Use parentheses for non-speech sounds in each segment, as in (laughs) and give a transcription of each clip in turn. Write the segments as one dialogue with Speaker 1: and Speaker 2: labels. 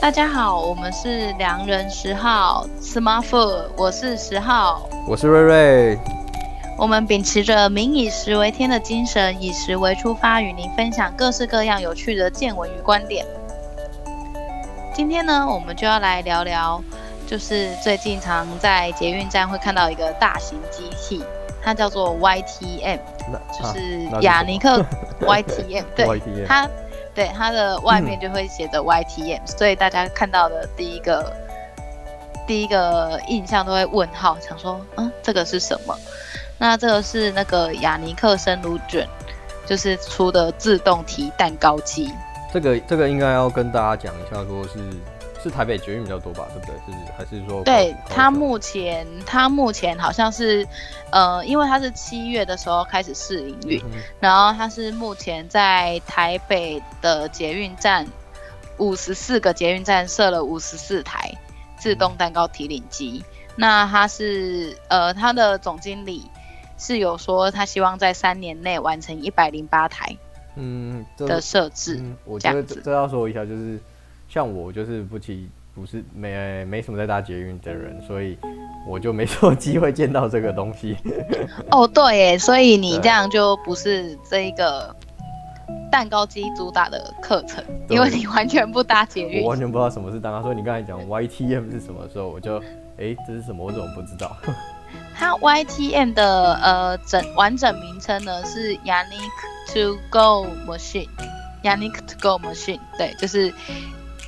Speaker 1: 大家好，我们是良人十号 Smartphone，我是十号。
Speaker 2: 我是瑞瑞，
Speaker 1: 我们秉持着“民以食为天”的精神，以食为出发，与您分享各式各样有趣的见闻与观点。今天呢，我们就要来聊聊，就是最近常在捷运站会看到一个大型机器，它叫做 YTM，
Speaker 2: 那
Speaker 1: 就
Speaker 2: 啊
Speaker 1: 是
Speaker 2: 那是
Speaker 1: 雅
Speaker 2: 什么
Speaker 1: 尼克
Speaker 2: (laughs)
Speaker 1: YTM，对，
Speaker 2: YTM
Speaker 1: 它对它的外面就会写着 YTM，、所以大家看到的第一个第一个印象都会问号，想说嗯这个是什么？那这个是那个雅尼克生乳卷，就是出的自动提蛋糕机。
Speaker 2: 这个这个应该要跟大家讲一下，说是是台北捷运比较多吧，对不对？是还是说
Speaker 1: 对
Speaker 2: 高
Speaker 1: 它
Speaker 2: 高雄
Speaker 1: 目前它目前好像是呃，因为它是七月的时候开始试营运，
Speaker 2: 嗯
Speaker 1: 然后它是目前在台北的捷运站五十四个捷运站设了五十四台自动蛋糕提领机。那它是呃，它的总经理是有说，他希望在三年内完成一百零八台
Speaker 2: 嗯这
Speaker 1: 的设置。
Speaker 2: 嗯，我
Speaker 1: 这
Speaker 2: 觉
Speaker 1: 样
Speaker 2: 得这
Speaker 1: 子
Speaker 2: 这要说一下，就是像我就是不骑不是没没什么在搭捷运的人，所以我就没什么机会见到这个东西。嗯
Speaker 1: 哦，对耶，所以你
Speaker 2: 对
Speaker 1: 这样就不是这一个蛋糕机主打的课程，因为
Speaker 2: 对
Speaker 1: 你完全不搭捷
Speaker 2: 我
Speaker 1: (laughs) 运
Speaker 2: 完。全不知道什么是蛋糕，所以你刚才讲 YTM 是什么的时候，我就诶，这是什么？我怎么不知道？
Speaker 1: 它 YTM 的呃整完整名称呢是 Yannick to Go Machine。Yannick to Go Machine，对，就是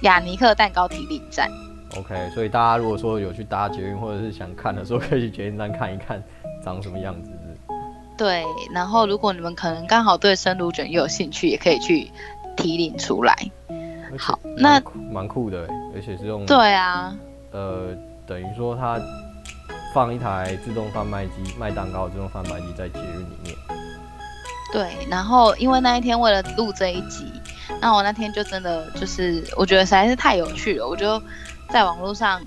Speaker 1: 雅尼克蛋糕提领站。
Speaker 2: OK，所以大家如果说有去搭捷运或者是想看的时候，可以去捷运站看一看长什么样子。
Speaker 1: 对，然后如果你们可能刚好对生乳卷也有兴趣，也可以去提领出来。
Speaker 2: 而且
Speaker 1: 好
Speaker 2: 蛮
Speaker 1: 那
Speaker 2: 酷蛮酷的欸，而且是用
Speaker 1: 对啊，
Speaker 2: 呃，等于说它放一台自动贩卖机卖蛋糕的自动贩卖机在捷运里面。
Speaker 1: 对，然后因为那一天为了录这一集，那我那天就真的就是我觉得实在是太有趣了，我就在网络上，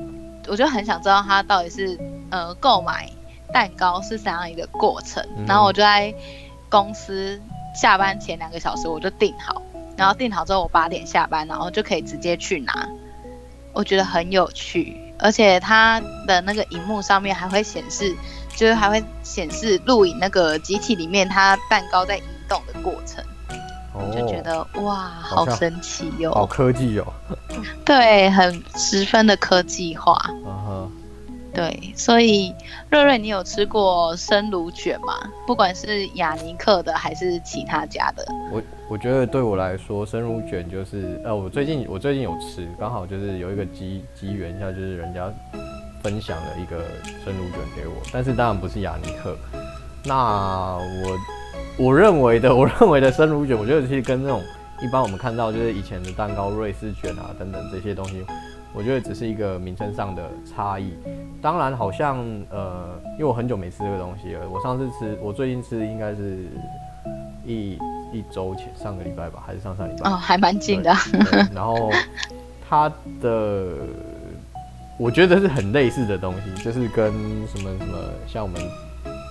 Speaker 1: 我就很想知道它到底是呃购买蛋糕是怎样一个过程，
Speaker 2: 嗯
Speaker 1: 然后我就在公司下班前两个小时我就订好，然后订好之后我八点下班，然后就可以直接去拿，我觉得很有趣，而且它的那个荧幕上面还会显示，就是还会显示录影那个机器里面它蛋糕在移动的过程，
Speaker 2: 哦
Speaker 1: 就觉得哇，
Speaker 2: 好
Speaker 1: 好
Speaker 2: 像
Speaker 1: 神奇哟、
Speaker 2: 好科技哦。
Speaker 1: 对，很十分的科技化，
Speaker 2: 嗯哼，
Speaker 1: 对，所以瑞瑞，你有吃过生乳卷吗？不管是雅尼克的还是其他家的，
Speaker 2: 我我觉得对我来说，生乳卷就是呃，我最近我最近有吃，刚好就是有一个机机缘下，就是人家分享了一个生乳卷给我，但是当然不是雅尼克。那我我认为的，我认为的生乳卷，我觉得其实跟那种一般我们看到就是以前的蛋糕、瑞士卷啊等等这些东西，我觉得只是一个名称上的差异。当然，好像呃，因为我很久没吃这个东西了，我上次吃，我最近吃应该是一一周前，上个礼拜吧，还是上上礼拜？
Speaker 1: 哦，还蛮近的啊，
Speaker 2: 对然后它的，我觉得是很类似的东西，就是跟什么什么，像我们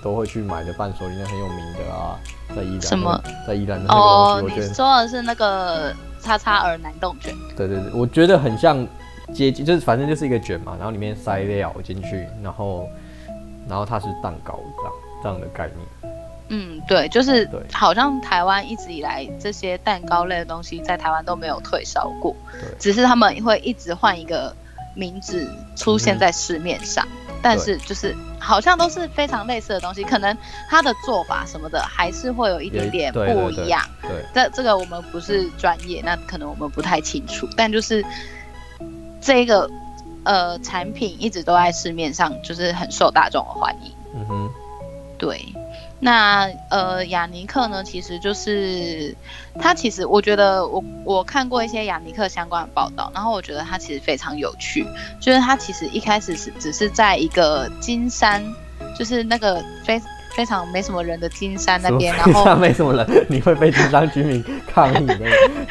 Speaker 2: 都会去买的伴手礼，那很有名的啊，在宜兰
Speaker 1: 什么
Speaker 2: 那个在宜兰的那
Speaker 1: 哦
Speaker 2: 个，东
Speaker 1: 你
Speaker 2: 西，我觉得
Speaker 1: 说的是那个叉叉儿南冻卷，
Speaker 2: 对对对，我觉得很像接近，就是反正就是一个卷嘛，然后里面塞料进去，然后然后它是蛋糕这样这样的概念。
Speaker 1: 嗯，对，就是
Speaker 2: 对
Speaker 1: 好像台湾一直以来这些蛋糕类的东西在台湾都没有退烧过
Speaker 2: 对，
Speaker 1: 只是他们会一直换一个名字出现
Speaker 2: 嗯
Speaker 1: 在市面上，但是就是好像都是非常类似的东西，可能它的做法什么的还是会有一点
Speaker 2: 也
Speaker 1: 点
Speaker 2: 对
Speaker 1: 不
Speaker 2: 对对
Speaker 1: 一样。
Speaker 2: 对，
Speaker 1: 这这个我们不是专业，那可能我们不太清楚，但就是这个呃产品一直都在市面上，就是很受大众的欢迎。
Speaker 2: 嗯哼，
Speaker 1: 对，那呃，雅尼克呢，其实就是它其实我觉得我我看过一些雅尼克相关的报道，然后我觉得它其实非常有趣，就是它其实一开始是只是在一个金山，就是那个非非常没什么人的金山那
Speaker 2: 怎么
Speaker 1: 边，然
Speaker 2: 非
Speaker 1: 后
Speaker 2: 常没什么人，你会被经商居民抗议的，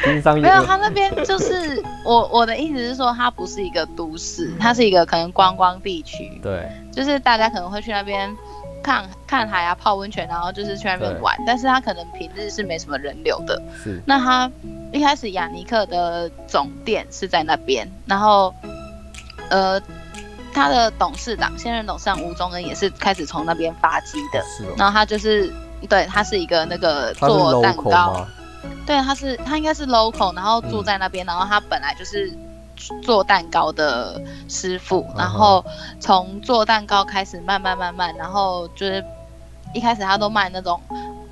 Speaker 2: 经商
Speaker 1: 没有，它那边就是 (laughs) 我我的意思是说，它不是一个都市，它是一个可能观光地区，
Speaker 2: 对。
Speaker 1: 就是大家可能会去那边。看看海啊、泡温泉，然后就是去那边
Speaker 2: 对
Speaker 1: 玩。但是他可能平日是没什么人流的。
Speaker 2: 是
Speaker 1: 那他一开始雅尼克的总店是在那边，然后呃，他的董事长现任董事长吴宗恩也是开始从那边发迹的。
Speaker 2: 是哦，
Speaker 1: 然后他就是对，他是一个那个
Speaker 2: 它是
Speaker 1: 做蛋
Speaker 2: local
Speaker 1: 糕，
Speaker 2: 吗？
Speaker 1: 对，他是他应该是 local，然后住
Speaker 2: 嗯
Speaker 1: 在那边，然后他本来就是做蛋糕的师傅，
Speaker 2: 嗯哼
Speaker 1: 然后从做蛋糕开始慢慢慢慢，然后就是一开始他都卖那种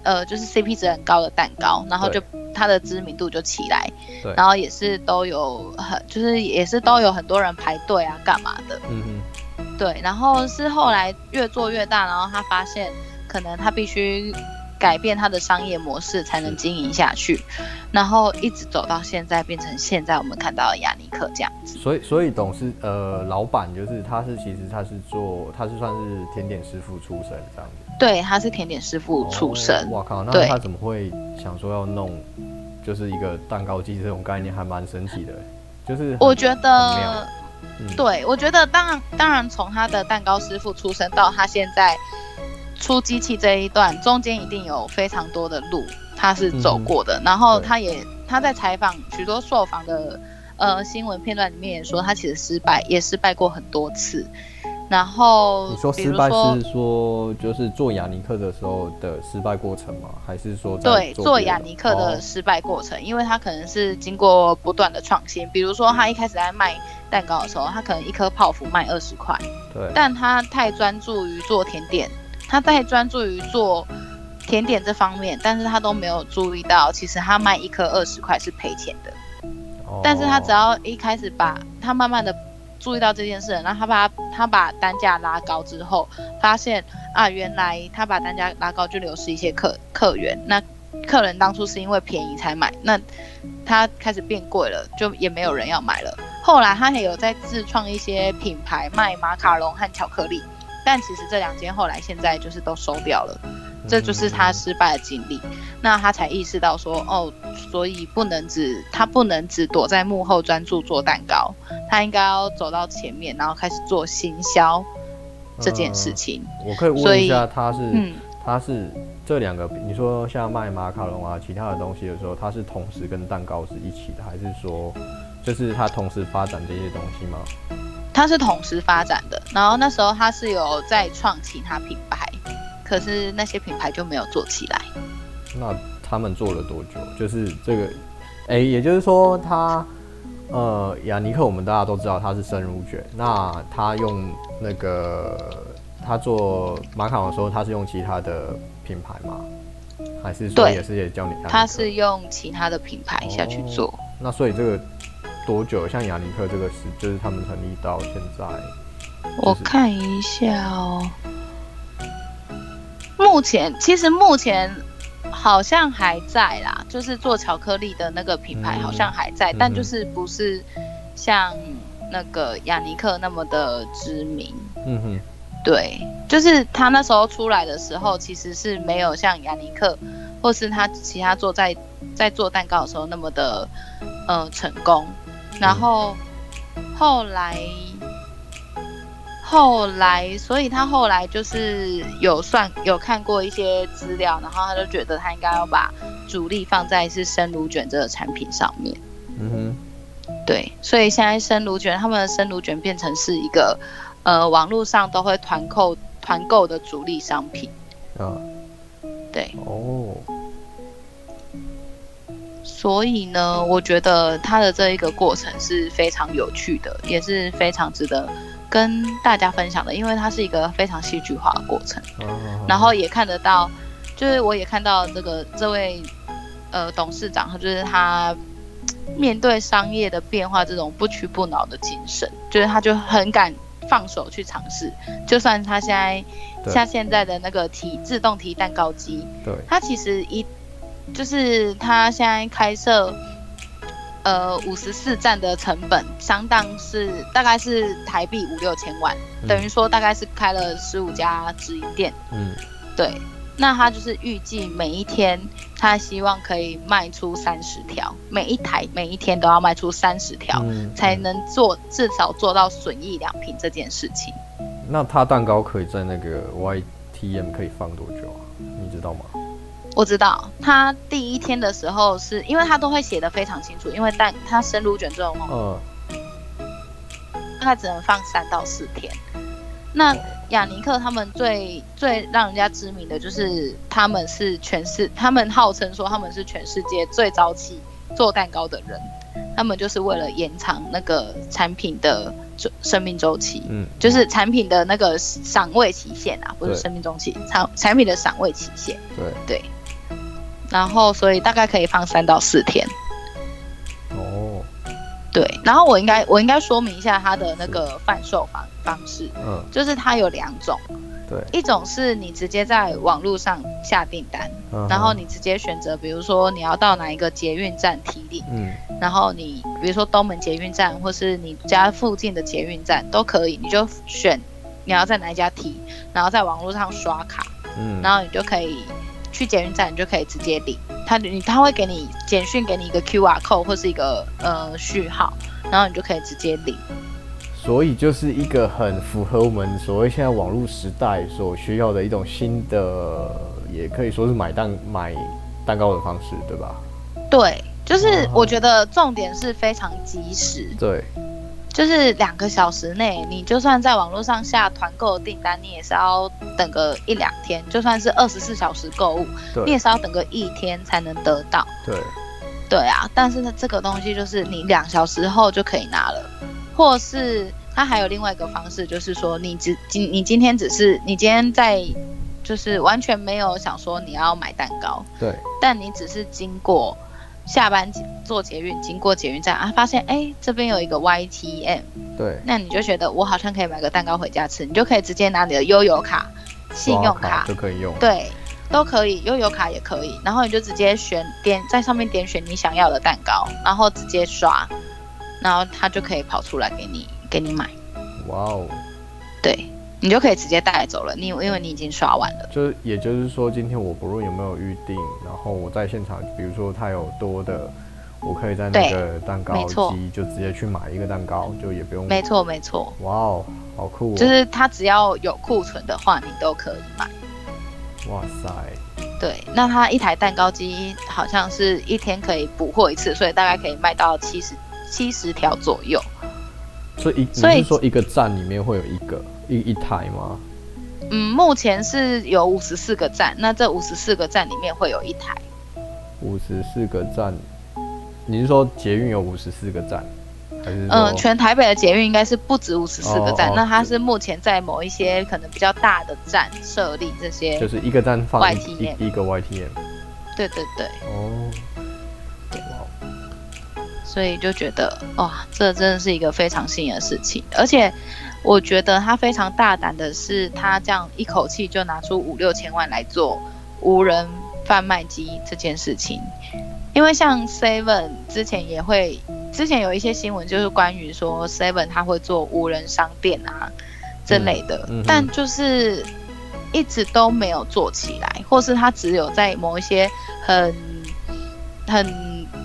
Speaker 1: 呃就是 CP 值很高的蛋糕，然后就他的知名度就起来
Speaker 2: 对，
Speaker 1: 然后也是都有很就是也是都有很多人排队啊干嘛的，
Speaker 2: 嗯嗯，
Speaker 1: 对，然后是后来越做越大，然后他发现可能他必须改变他的商业模式才能经营下去，然后一直走到现在变成现在我们看到的雅尼克这样子。
Speaker 2: 所以所以董事呃老板就是他是其实他是做他是算是甜点师傅出身这样子。
Speaker 1: 对，他是甜点师傅出身，
Speaker 2: 我靠，那
Speaker 1: 对
Speaker 2: 他怎么会想说要弄就是一个蛋糕机这种概念，还蛮神奇的，就是很
Speaker 1: 我觉
Speaker 2: 很妙
Speaker 1: 得，
Speaker 2: 嗯，
Speaker 1: 对我觉得当然当然从他的蛋糕师傅出身到他现在出机器这一段，中间一定有非常多的路他是走过的，然后
Speaker 2: 嗯对
Speaker 1: 他也他在采访许多受访的呃新闻片段里面也说，他其实失败也失败过很多次。然后
Speaker 2: 你说
Speaker 1: 比
Speaker 2: 失
Speaker 1: 如
Speaker 2: 败
Speaker 1: 说
Speaker 2: 是说就是做雅尼克的时候的失败过程吗？还是说在
Speaker 1: 对做
Speaker 2: 别的
Speaker 1: 雅尼克的
Speaker 2: 哦
Speaker 1: 失败过程，因为他可能是经过不断的创新，比如说
Speaker 2: 嗯
Speaker 1: 他一开始在卖蛋糕的时候，他可能一颗泡芙卖二十块，
Speaker 2: 对
Speaker 1: 但他太专注于做甜点，他太专注于做甜点这方面，但是他都没有注意到，其实他卖一颗二十块是赔钱的。
Speaker 2: 哦
Speaker 1: 但是他只要一开始把他慢慢的注意到这件事，然后他把他把单价拉高之后，发现啊，原来他把单价拉高就流失一些客客源，那客人当初是因为便宜才买，那他开始变贵了，就也没有人要买了。后来他也有在自创一些品牌卖马卡龙和巧克力，但其实这两间后来现在就是都收掉了。这就是他
Speaker 2: 嗯
Speaker 1: 失败的经历。那他才意识到说，哦，所以不能只他不能只躲在幕后专注做蛋糕，他应该要走到前面，然后开始做行销这件事情。
Speaker 2: 我可以
Speaker 1: 所
Speaker 2: 问
Speaker 1: 以
Speaker 2: 一下，他是、
Speaker 1: 嗯
Speaker 2: 他是这两个，你说像卖马卡龙啊，其他的东西的时候，他是同时跟蛋糕是一起的，还是说就是他同时发展这些东西吗？
Speaker 1: 他是同时发展的，然后那时候他是有在创其他品牌，可是那些品牌就没有做起来。
Speaker 2: 那他们做了多久？就是这个，哎、也就是说他。呃，雅尼克我们大家都知道他是生乳卷，那他用那个他做马卡龙的时候，他是用其他的品牌吗？还是说
Speaker 1: 对
Speaker 2: 也是也叫你雅尼克？
Speaker 1: 他是用其他的品牌下去做，
Speaker 2: 那所以这个多久？像雅尼克这个是，就是他们成立到现在，
Speaker 1: 我看一下哦。目前其实目前好像还在啦，就是做巧克力的那个品牌
Speaker 2: 嗯
Speaker 1: 好像还在，
Speaker 2: 嗯哼
Speaker 1: 但就是不是像那个雅尼克那么的知名。
Speaker 2: 嗯哼，
Speaker 1: 对，就是他那时候出来的时候，其实是没有像雅尼克或是他其他做在在做蛋糕的时候那么的呃成功。然后后来后来，所以他后来就是有算有看过一些资料，然后他就觉得他应该要把主力放在是生乳卷这个产品上面。
Speaker 2: 嗯哼，
Speaker 1: 对，所以现在生乳卷，他们的生乳卷变成是一个，呃，网络上都会团购团购的主力商品。
Speaker 2: 啊，
Speaker 1: 对，
Speaker 2: 哦，
Speaker 1: 所以呢，我觉得它的这一个过程是非常有趣的，也是非常值得跟大家分享的，因为它是一个非常戏剧化的过程。
Speaker 2: 啊
Speaker 1: 然后也看得到，就是我也看到这个这位呃董事长，他就是他面对商业的变化这种不屈不挠的精神，就是他就很敢放手去尝试，就算他现在
Speaker 2: 对
Speaker 1: 像现在的那个提自动提蛋糕机，
Speaker 2: 对，
Speaker 1: 他其实一就是他现在开设。呃，五十四站的成本相当是大概是台币五六千万，
Speaker 2: 嗯
Speaker 1: 等于说大概是开了十五家直营店，
Speaker 2: 嗯，
Speaker 1: 对，那他就是预计每一天，他希望可以卖出三十条，每一台每一天都要卖出三十条，
Speaker 2: 嗯
Speaker 1: 才。能做至少做到损益两平这件事情。
Speaker 2: 那他蛋糕可以在那个 YT TM 可以放多久啊？你知道吗？
Speaker 1: 我知道他第一天的时候是，因为他都会写的非常清楚，因为但他生乳卷这种东西
Speaker 2: 嗯，
Speaker 1: 大概只能放三到四天。那雅尼克他们最最让人家知名的就是他们是全世，他们号称说他们是全世界最早起做蛋糕的人，他们就是为了延长那个产品的周生命周期。
Speaker 2: 嗯，
Speaker 1: 就是产品的那个赏味期限啊，不是
Speaker 2: 对
Speaker 1: 生命周期，产产品的赏味期限。
Speaker 2: 对，
Speaker 1: 然后，所以大概可以放三到四天。
Speaker 2: 哦，
Speaker 1: 对，然后我应该我应该说明一下它的那个贩售方方式，
Speaker 2: 嗯，
Speaker 1: 就是它有两种，
Speaker 2: 对，
Speaker 1: 一种是你直接在网络上下订单，
Speaker 2: 嗯
Speaker 1: 然后
Speaker 2: 哼，
Speaker 1: 你直接选择，比如说你要到哪一个捷运站提领，
Speaker 2: 嗯，
Speaker 1: 然后你比如说东门捷运站，或是你家附近的捷运站都可以，你就选你要在哪一家提，然后在网络上刷卡，
Speaker 2: 嗯，
Speaker 1: 然后你就可以去捷运站，你就可以直接领。他你他会给你简讯，给你一个 QR code 或是一个呃序号，然后你就可以直接领。
Speaker 2: 所以就是一个很符合我们所谓现在网络时代所需要的一种新的，也可以说是买蛋买蛋糕的方式，对吧？
Speaker 1: 对，就是
Speaker 2: 哦
Speaker 1: 我觉得重点是非常及时，
Speaker 2: 对，
Speaker 1: 就是两个小时内，你就算在网络上下团购订单，你也是要等个一两天；就算是二十四小时购物，你也
Speaker 2: 对，
Speaker 1: 是要等个一天才能得到。
Speaker 2: 对，
Speaker 1: 对啊，但是呢，这个东西就是你两小时后就可以拿了，或是它还有另外一个方式，就是说你只今你今天只是你今天在，就是完全没有想说你要买蛋糕，
Speaker 2: 对，
Speaker 1: 但你只是经过下班坐捷运，经过捷运站啊，发现哎、这边有一个 YTM，
Speaker 2: 对，
Speaker 1: 那你就觉得我好像可以买个蛋糕回家吃，你就可以直接拿你的悠游卡、信用
Speaker 2: 刷
Speaker 1: 卡
Speaker 2: 就可以用。
Speaker 1: 对，都可以，悠游卡也可以。然后你就直接选点在上面点选你想要的蛋糕，然后直接刷，然后它就可以跑出来给你给你买，
Speaker 2: 哇哦，
Speaker 1: 对你就可以直接带走了。你因为你已经刷完了，
Speaker 2: 就是也就是说，今天我不论有没有预定，然后我在现场，比如说它有多的，我可以在那
Speaker 1: 对
Speaker 2: 个蛋糕
Speaker 1: 没错
Speaker 2: 机就直接去买一个蛋糕，就也不用。
Speaker 1: 没错没错，
Speaker 2: 哇哦，好酷哦！
Speaker 1: 就是它只要有库存的话，你都可以买。
Speaker 2: 哇塞，
Speaker 1: 对，那它一台蛋糕机好像是一天可以补货一次，所以大概可以卖到七十七十条左右。
Speaker 2: 所以一
Speaker 1: 所以
Speaker 2: 你是说一个站里面会有一个一一台吗？
Speaker 1: 嗯，目前是有五十四个站，那这五十四个站里面会有一台。
Speaker 2: 五十四个站，你是说捷运有五十四个站，还是说
Speaker 1: 嗯，全台北的捷运应该是不止五十四个站，
Speaker 2: 哦哦
Speaker 1: 那它是目前在某一些可能比较大的站设立这些。
Speaker 2: 就是一个站放一
Speaker 1: YTM
Speaker 2: 一一个 YTM？
Speaker 1: 对对对，
Speaker 2: 哦，
Speaker 1: 所以就觉得哇，这真的是一个非常新颖的事情，而且我觉得他非常大胆的是，他这样一口气就拿出五六千万来做无人贩卖机这件事情，因为像 Seven 之前也会，之前有一些新闻就是关于说 Seven 他会做无人商店啊这类的，
Speaker 2: 嗯嗯哼
Speaker 1: 但就是一直都没有做起来，或是他只有在某一些很很，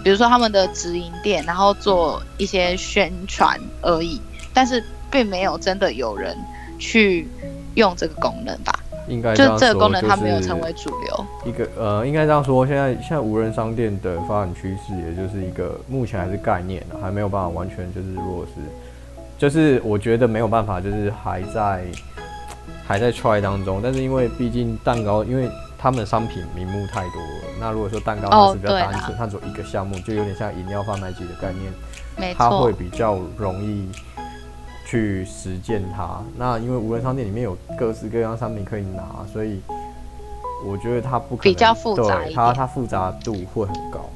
Speaker 1: 比如说他们的直营店，然后做一些宣传而已，但是并没有真的有人去用这个功能吧？
Speaker 2: 应该
Speaker 1: 就
Speaker 2: 样
Speaker 1: 这个
Speaker 2: 说
Speaker 1: 功能
Speaker 2: 就
Speaker 1: 它没有
Speaker 2: 是
Speaker 1: 成为主流。
Speaker 2: 一个呃，应该这样说，现在现在无人商店的发展趋势，也就是一个目前还是概念啊，还没有办法完全就是落实，就是我觉得没有办法，就是还在还在 try 当中。但是因为毕竟蛋糕，因为他们商品名目太多了，那如果说蛋糕它
Speaker 1: 哦
Speaker 2: 是比较
Speaker 1: 对
Speaker 2: 单
Speaker 1: 啦
Speaker 2: 纯，它只有一个项目，就有点像饮料贩卖机的概念，
Speaker 1: 没
Speaker 2: 它会
Speaker 1: 错，
Speaker 2: 比较容易去实践它。那因为无人商店里面有各式各样商品可以拿，所以我觉得它不可能
Speaker 1: 比较复杂一
Speaker 2: 对
Speaker 1: 点
Speaker 2: 它它复杂度会很高，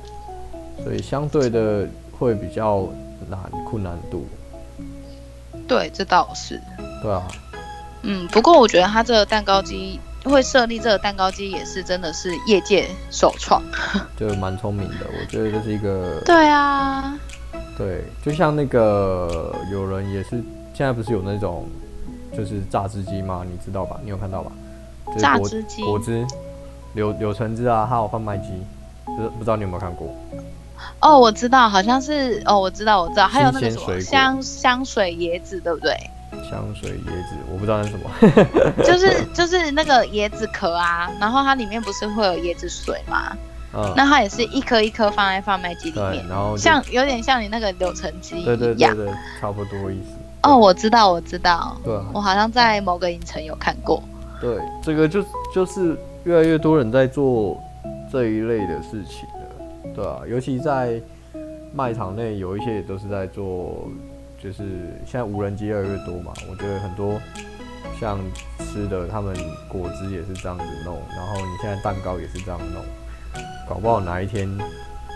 Speaker 2: 所以相对的会比较难困难度。
Speaker 1: 对，这倒是。
Speaker 2: 对啊，
Speaker 1: 嗯，不过我觉得它这个蛋糕机会设立这个蛋糕机，也是真的是业界首创。
Speaker 2: 就蛮聪明的，我觉得这是一个
Speaker 1: 对啊，
Speaker 2: 对，就像那个有人也是，现在不是有那种就是榨汁机吗？你知道吧？你有看到吧？就是
Speaker 1: 榨
Speaker 2: 果
Speaker 1: 汁机
Speaker 2: 果汁、柳柳橙汁啊，还有贩卖机，不是不知道你有没有看过？
Speaker 1: 哦，我知道，好像是哦，我知道，我知道，还有那个
Speaker 2: 新鲜
Speaker 1: 什
Speaker 2: 水
Speaker 1: 么
Speaker 2: 果
Speaker 1: 香香水椰子，对不对？ (laughs)
Speaker 2: 香水椰子，我不知道那是什么。
Speaker 1: 就是就是那个椰子壳啊，然后它里面不是会有椰子水吗？
Speaker 2: 嗯，
Speaker 1: 那它也是一颗一颗放在贩卖机里
Speaker 2: 对
Speaker 1: 面，，
Speaker 2: 然后就
Speaker 1: 像有点像你那个柳橙汁一样。
Speaker 2: 对对对对，差不多意思。
Speaker 1: 哦，我知道，我知道，
Speaker 2: 对啊，
Speaker 1: 我好像在某个影城有看过。
Speaker 2: 对，这个就就是越来越多人在做这一类的事情了，对啊，尤其在卖场内有一些也都是在做，就是现在无人机越来越多嘛，我觉得很多像吃的，他们果汁也是这样子弄，然后你现在蛋糕也是这样弄，搞不好哪一天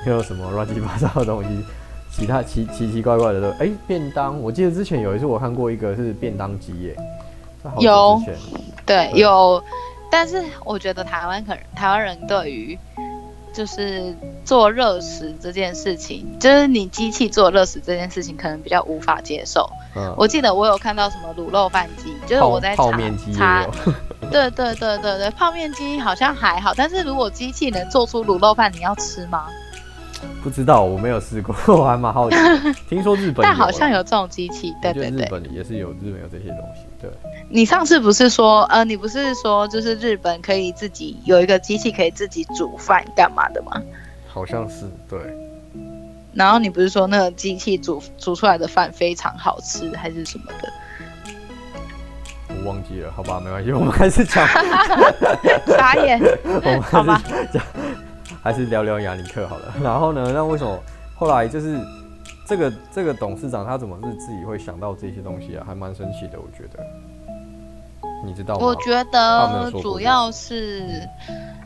Speaker 2: 又有什么乱七八糟的东西。其他奇奇奇怪怪的都，哎、便当，我记得之前有一次我看过一个是便当机耶，在好久
Speaker 1: 有
Speaker 2: 之前
Speaker 1: 对，
Speaker 2: 对
Speaker 1: 有，但是我觉得台湾可能台湾人对于就是做热食这件事情，就是你机器做热食这件事情，可能比较无法接受。
Speaker 2: 嗯，
Speaker 1: 我记得我有看到什么卤肉饭机，就是
Speaker 2: 泡
Speaker 1: 我在查
Speaker 2: 泡面机也
Speaker 1: 查
Speaker 2: 有，
Speaker 1: 对对对对对，泡面机好像还好，但是如果机器能做出卤肉饭，你要吃吗？
Speaker 2: (laughs) 不知道我没有试过，我还蛮
Speaker 1: (laughs)
Speaker 2: 好奇。听说日本啊
Speaker 1: 但好像
Speaker 2: 啦
Speaker 1: 有，这种机器，对
Speaker 2: 啊就
Speaker 1: 对
Speaker 2: 日
Speaker 1: 对。
Speaker 2: 本也是有日本有这些东西，对
Speaker 1: 你上次不是说，呃，你不是说就是日本可以自己有一个机器可以自己煮饭干嘛的吗？
Speaker 2: 好像是对，
Speaker 1: 然后你不是说那个机器煮煮出来的饭非常好吃还是什么的？
Speaker 2: (laughs) 我忘记了，好吧，没关系，我们还是讲，
Speaker 1: 傻眼，
Speaker 2: 我
Speaker 1: (laughs)
Speaker 2: 们
Speaker 1: 好吧
Speaker 2: 还是讲， (laughs) 还是聊聊雅尼克好了。然后呢，那为什么后来就是这个这个董事长他怎么是自己会想到这些东西啊？还蛮神奇的，我觉得。你知道吗？
Speaker 1: 我觉
Speaker 2: 他没有
Speaker 1: 得
Speaker 2: 说过
Speaker 1: 主要是，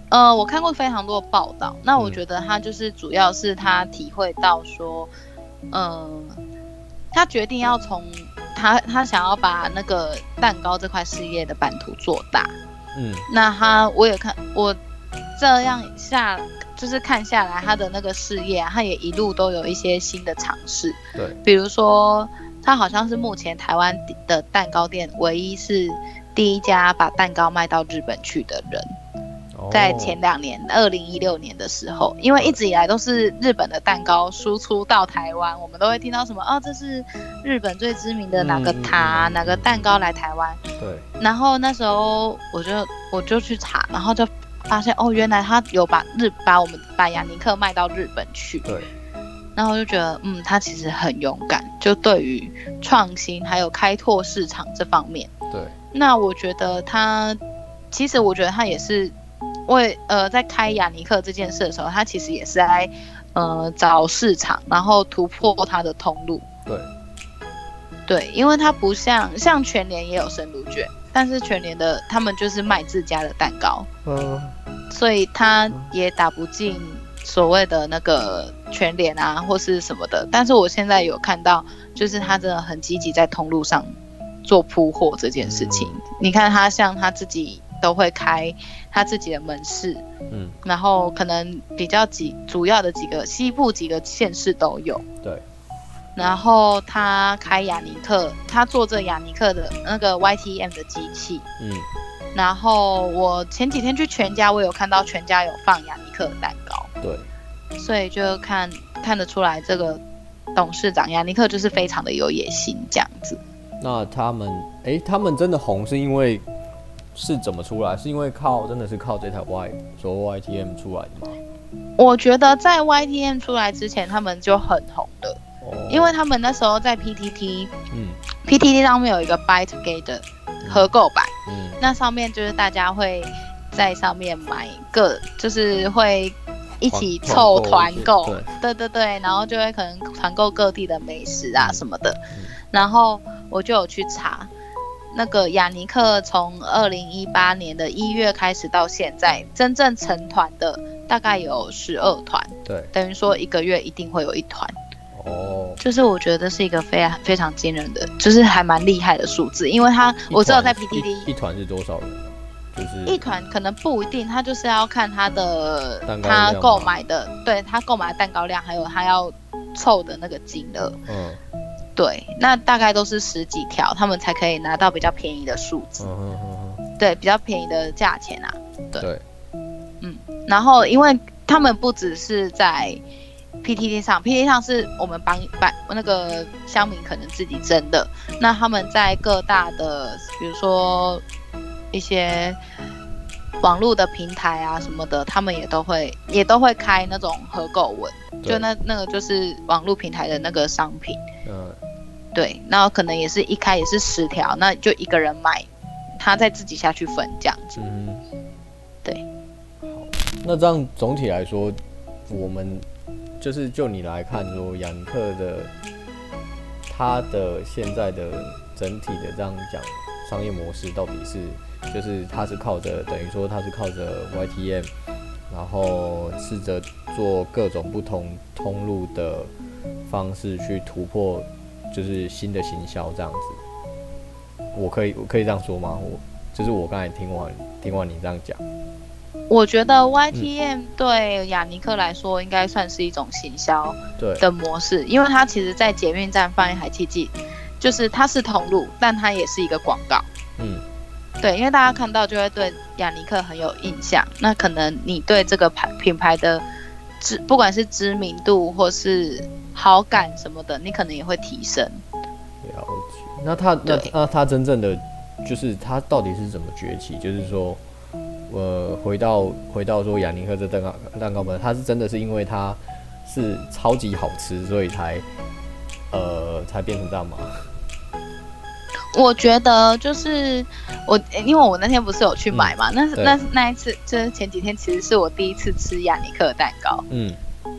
Speaker 1: 呃，我看过非常多的报道，那我
Speaker 2: 嗯
Speaker 1: 觉得他就是主要是他体会到说，呃，他决定要从他他想要把那个蛋糕这块事业的版图做大，
Speaker 2: 嗯，
Speaker 1: 那他我也看我这样下就是看下来他的那个事业、啊，他也一路都有一些新的尝试，
Speaker 2: 对，
Speaker 1: 比如说他好像是目前台湾的蛋糕店唯一是第一家把蛋糕卖到日本去的人，
Speaker 2: 哦
Speaker 1: 在前两年二零一六年的时候，因为一直以来都是日本的蛋糕输出到台湾，我们都会听到什么哦，这是日本最知名的哪个
Speaker 2: 嗯嗯嗯
Speaker 1: 塔、
Speaker 2: 嗯
Speaker 1: 哪个蛋糕来台湾。
Speaker 2: 对，
Speaker 1: 然后那时候我就我就去查，然后就发现哦，原来他有把日把我们把雅尼克卖到日本去。
Speaker 2: 对。
Speaker 1: 然后我就觉得，嗯，他其实很勇敢，就对于创新还有开拓市场这方面。
Speaker 2: 对，
Speaker 1: 那我觉得他，其实我觉得他也是为呃，在开雅尼克这件事的时候，他其实也是在呃找市场，然后突破他的通路。
Speaker 2: 对，
Speaker 1: 对，因为它不像像全联也有生乳卷，但是全联的他们就是卖自家的蛋糕，
Speaker 2: 嗯、
Speaker 1: 所以它也打不进所谓的那个全联啊或是什么的。但是我现在有看到，就是他真的很积极在通路上做铺货这件事情。你看他像他自己都会开他自己的门市，
Speaker 2: 嗯，
Speaker 1: 然后可能比较几主要的几个西部几个县市都有。
Speaker 2: 对，
Speaker 1: 然后他开雅尼克，他做这雅尼克的那个 YTM 的机器。
Speaker 2: 嗯，
Speaker 1: 然后我前几天去全家，我有看到全家有放雅尼克的蛋糕，
Speaker 2: 对，
Speaker 1: 所以就看看得出来这个董事长雅尼克就是非常的有野心这样子。
Speaker 2: 那他们，哎、他们真的红是因为是怎么出来？是因为靠真的是靠这台 Y 所谓 YTM 出来的吗？
Speaker 1: 我觉得在 YTM 出来之前，他们就很红了，
Speaker 2: 哦
Speaker 1: 因为他们那时候在 PTT
Speaker 2: 嗯
Speaker 1: PTT 上面有一个 Buy Together 合购版，
Speaker 2: 嗯
Speaker 1: 那上面就是大家会在上面买个，就是会一起
Speaker 2: 团
Speaker 1: 凑团
Speaker 2: 团购
Speaker 1: 购，对对对，然后就会可能团购各地的美食啊
Speaker 2: 嗯
Speaker 1: 什么的
Speaker 2: 嗯。
Speaker 1: 然后我就有去查，那个雅尼克从二零一八年的一月开始到现在，真正成团的大概有十二团，
Speaker 2: 对
Speaker 1: 等于说一个月一定会有一团。
Speaker 2: 哦
Speaker 1: 就是我觉得这是一个非常非常惊人的，就是还蛮厉害的数字，因为它
Speaker 2: 一
Speaker 1: 我知道在
Speaker 2: 团
Speaker 1: PTT
Speaker 2: 一一团是多少人啊？就是
Speaker 1: 一团可能不一定，他就是要看他的
Speaker 2: 蛋糕量
Speaker 1: 他
Speaker 2: 吗
Speaker 1: 购买的，对他购买的蛋糕量，还有他要凑的那个金额。
Speaker 2: 嗯
Speaker 1: 对，那大概都是十几条，他们才可以拿到比较便宜的数字，
Speaker 2: 嗯哼哼哼，
Speaker 1: 对，比较便宜的价钱啊。
Speaker 2: 对
Speaker 1: 然后因为他们不只是在 PTT 上，PTT 上是我们版版那个乡民可能自己争的，那他们在各大的，比如说一些网络的平台啊什么的，他们也都会也都会开那种合购文，就
Speaker 2: 对
Speaker 1: 那那个就是网络平台的那个商品，
Speaker 2: 嗯
Speaker 1: 对，然后可能也是一开也是十条，那就一个人买，他再自己下去分这样子。
Speaker 2: 嗯哼，
Speaker 1: 对
Speaker 2: 好。那这样总体来说，我们就是就你来看说，雅尼克的他的现在的整体的这样讲商业模式到底是，就是他是靠着等于说他是靠着 YTM，然后试着做各种不同通路的方式去突破，就是新的行销这样子。我可以我可以这样说吗？我就是我刚才听完听完你这样讲，
Speaker 1: 我觉得 YTM 对雅尼克来说应该算是一种行销
Speaker 2: 对，
Speaker 1: 的模式，因为它其实在捷运站放一台气剂，就是它是同路，但它也是一个广告。
Speaker 2: 嗯，
Speaker 1: 对，因为大家看到就会对雅尼克很有印象。那可能你对这个牌品牌的知，不管是知名度或是好感什么的，你可能也会提升。
Speaker 2: 了解。那他那
Speaker 1: 对
Speaker 2: 那他真正的就是他到底是怎么崛起？就是说，呃，回到回到说雅尼克这蛋糕蛋糕本身，他是真的是因为它是超级好吃，所以才呃才变成这样吗？
Speaker 1: 我觉得就是我，因为我那天不是有去买嘛，那
Speaker 2: 嗯对
Speaker 1: 那那一次就是前几天，其实是我第一次吃雅尼克的蛋糕，
Speaker 2: 嗯，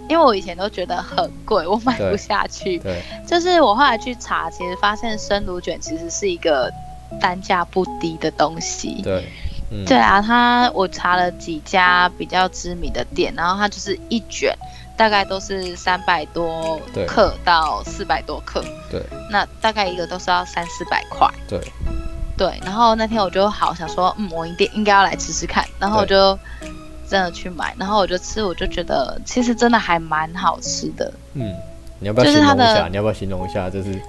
Speaker 1: 因为我以前都觉得很贵，我买不
Speaker 2: 对
Speaker 1: 下去。
Speaker 2: 对，
Speaker 1: 就是我后来去查，其实发现生乳卷其实是一个单价不低的东西。
Speaker 2: 对，嗯，
Speaker 1: 对啊，它我查了几家比较知名的店，然后它就是一卷大概都是三百多
Speaker 2: 对
Speaker 1: 克到四百多克，
Speaker 2: 对，
Speaker 1: 那大概一个都是要三四百块。
Speaker 2: 对，
Speaker 1: 对，然后那天我就好想说，嗯，我一定应该要来吃吃看，然后我
Speaker 2: 对
Speaker 1: 就真的去买，然后我就吃，我就觉得其实真的还蛮好吃的，
Speaker 2: 嗯，你要不要
Speaker 1: 就
Speaker 2: 形
Speaker 1: 是它
Speaker 2: 容一下？
Speaker 1: 的
Speaker 2: 你要不要形容一下？就是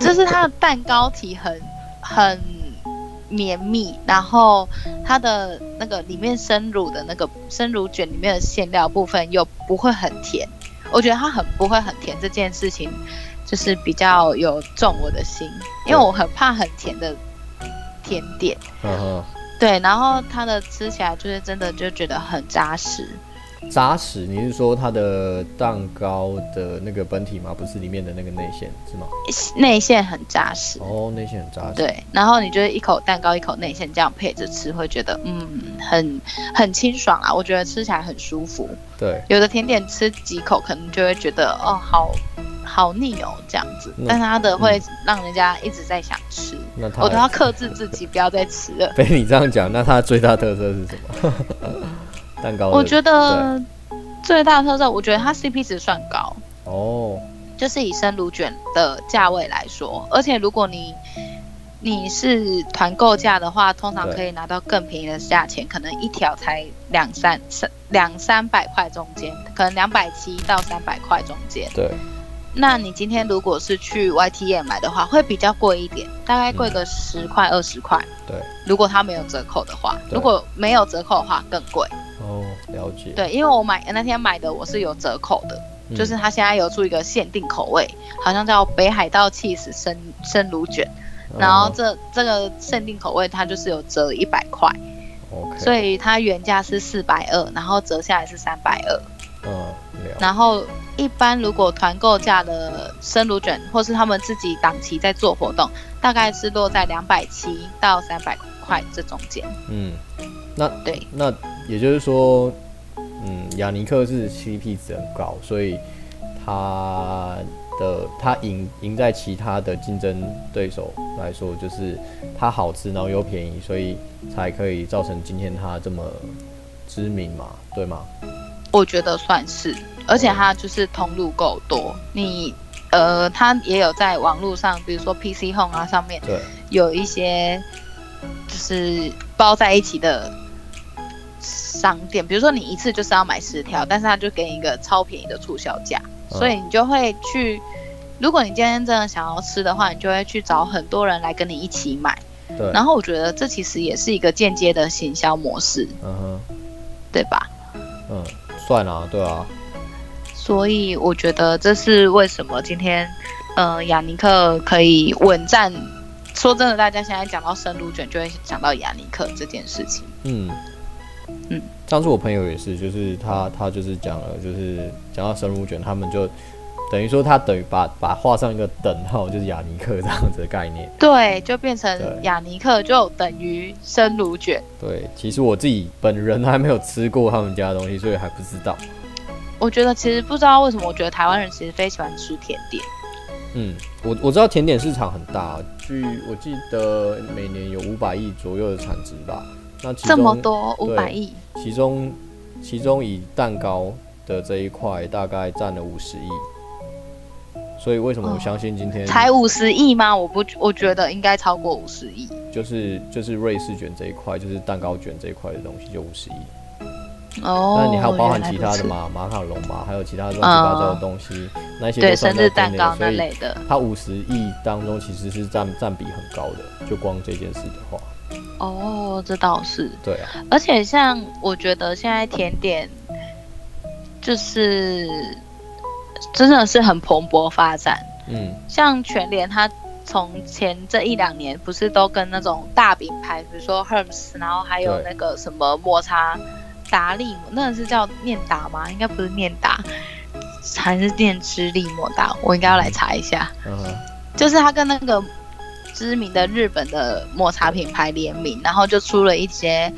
Speaker 1: 就是它的蛋糕体很很绵密，然后它的那个里面生乳的那个生乳卷里面的馅料部分又不会很甜，我觉得它很不会很甜这件事情，就是比较有中我的心，因为我很怕很甜的甜点。
Speaker 2: 嗯
Speaker 1: 对，然后它的吃起来就是真的就觉得很扎实，
Speaker 2: 哼，扎实，你是说它的蛋糕的那个本体吗？不是里面的那个内馅是吗？
Speaker 1: 内馅很扎实。
Speaker 2: 哦，内馅很扎实。
Speaker 1: 对，然后你就是一口蛋糕一口内馅这样配着吃，会觉得嗯很很清爽啊，我觉得吃起来很舒服。
Speaker 2: 对，
Speaker 1: 有的甜点吃几口可能就会觉得哦好好腻哦这样子，
Speaker 2: 嗯
Speaker 1: 但它的会让人家一直在想吃，
Speaker 2: 那它
Speaker 1: 我都要克制自己不要再吃了。
Speaker 2: 被你这样讲，那它的最大特色是什么？ (laughs) 蛋糕的。
Speaker 1: 我觉得最大的特色，我觉得它 CP 值算高，
Speaker 2: 哦，
Speaker 1: 就是以生乳卷的价位来说，而且如果你你是团购价的话，通常
Speaker 2: 对
Speaker 1: 可以拿到更便宜的价钱，可能一条才两三三两三百块中间，可能两百七到三百块中间。
Speaker 2: 对，
Speaker 1: 那你今天如果是去 YTM 买的话，会比较贵一点，大概贵个十块二十块。
Speaker 2: 嗯对，
Speaker 1: 如果它没有折扣的话，
Speaker 2: 对
Speaker 1: 如果没有折扣的话更贵。
Speaker 2: 哦，了解。
Speaker 1: 对，因为我买那天买的我是有折扣的，
Speaker 2: 嗯，
Speaker 1: 就是它现在有出一个限定口味，好像叫北海道 cheese 生生乳卷，
Speaker 2: 嗯哦
Speaker 1: 然后这这个限定口味它就是有折一百块，
Speaker 2: 哦 OK，
Speaker 1: 所以它原价是四百二，然后折下来是三百二，
Speaker 2: 嗯，了
Speaker 1: 然后一般如果团购价的生乳卷或是他们自己档期在做活动，大概是落在两百七到三百块这中间，
Speaker 2: 嗯，
Speaker 1: 对。
Speaker 2: 那也就是说，嗯，雅尼克是 CP 值很高，所以它的它赢赢在其他的竞争对手来说，就是它好吃，然后又便宜，所以才可以造成今天它这么知名嘛，对吗？
Speaker 1: 我觉得算是，而且它就是通路够多，你呃，它也有在网络上，比如说 PC Home 啊上面
Speaker 2: 对，
Speaker 1: 有一些就是包在一起的商店，比如说你一次就是要买十条，但是它就给你一个超便宜的促销价，
Speaker 2: 嗯
Speaker 1: 所以你就会去。如果你今天真的想要吃的话，你就会去找很多人来跟你一起买。
Speaker 2: 对，
Speaker 1: 然后我觉得这其实也是一个间接的行销模式，
Speaker 2: 嗯哼，
Speaker 1: 对吧？
Speaker 2: 嗯，算啦、对啊，
Speaker 1: 所以我觉得这是为什么今天，呃，雅尼克可以稳占。说真的，大家现在讲到生乳卷，就会想到雅尼克这件事情。
Speaker 2: 嗯
Speaker 1: 嗯，
Speaker 2: 上次我朋友也是，就是他他就是讲了，就是讲到生乳卷，他们就等于说他等于把把画上一个等号，就是雅尼克这样子的概念。
Speaker 1: 对，就变成
Speaker 2: 对
Speaker 1: 雅尼克就等于生乳卷。
Speaker 2: 对，其实我自己本人还没有吃过他们家的东西，所以还不知道。
Speaker 1: 我觉得其实不知道为什么，我觉得台湾人其实非喜欢吃甜点。
Speaker 2: 嗯，我我知道甜点市场很大，据我记得每年有五百亿左右的产值吧。那其
Speaker 1: 这
Speaker 2: 中
Speaker 1: 么多五百
Speaker 2: 对
Speaker 1: 亿，
Speaker 2: 其中其中以蛋糕的这一块大概占了五十亿，所以为
Speaker 1: 哦
Speaker 2: 什么我相信今天
Speaker 1: 才五十亿吗？我不，我觉得应该超过五十亿。
Speaker 2: 就是、就是瑞士卷这一块，就是蛋糕卷这一块的东西就五十亿。
Speaker 1: 哦，
Speaker 2: 那你还有包含
Speaker 1: 原来
Speaker 2: 其
Speaker 1: 如
Speaker 2: 他
Speaker 1: 此
Speaker 2: 的？嘛，马卡龙嘛，还有其他乱七八糟的东西，那一些
Speaker 1: 对，
Speaker 2: 都算
Speaker 1: 生
Speaker 2: 在
Speaker 1: 日
Speaker 2: 甜
Speaker 1: 蛋
Speaker 2: 点
Speaker 1: 糕
Speaker 2: 里，
Speaker 1: 那
Speaker 2: 所以
Speaker 1: 类的。
Speaker 2: 它五十亿当中其实是占占比很高的，就光这件事的话，
Speaker 1: 哦，这倒是。
Speaker 2: 对啊，
Speaker 1: 而且像我觉得现在甜点就是真的是很蓬勃发展，
Speaker 2: 嗯
Speaker 1: 像全联它从前这一两年不是都跟那种大品牌，比如说 Hermes，然后还有
Speaker 2: 对
Speaker 1: 那个什么抹茶达利，那个是叫念达吗？应该不是念达，还是念知利莫达？我应该要来查一下。
Speaker 2: 嗯哼，
Speaker 1: 就是他跟那个知名的日本的抹茶品牌联名，然后就出了一些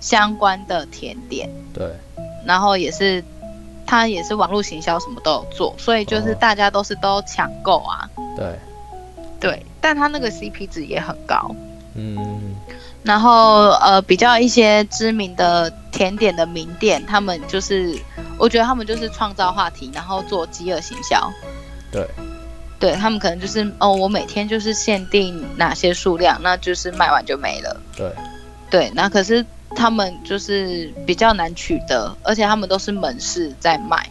Speaker 1: 相关的甜点，
Speaker 2: 对，
Speaker 1: 然后也是他也是网络行销什么都有做，所以就是
Speaker 2: 哦
Speaker 1: 大家都是都抢购啊，
Speaker 2: 对，
Speaker 1: 对，但他那个 CP 值也很高。
Speaker 2: 嗯
Speaker 1: 然后呃，比较一些知名的甜点的名店，他们就是我觉得他们就是创造话题，然后做饥饿行销。
Speaker 2: 对，
Speaker 1: 对他们可能就是哦，我每天就是限定哪些数量，那就是卖完就没了。
Speaker 2: 对，
Speaker 1: 对，那可是他们就是比较难取得，而且他们都是门市在卖，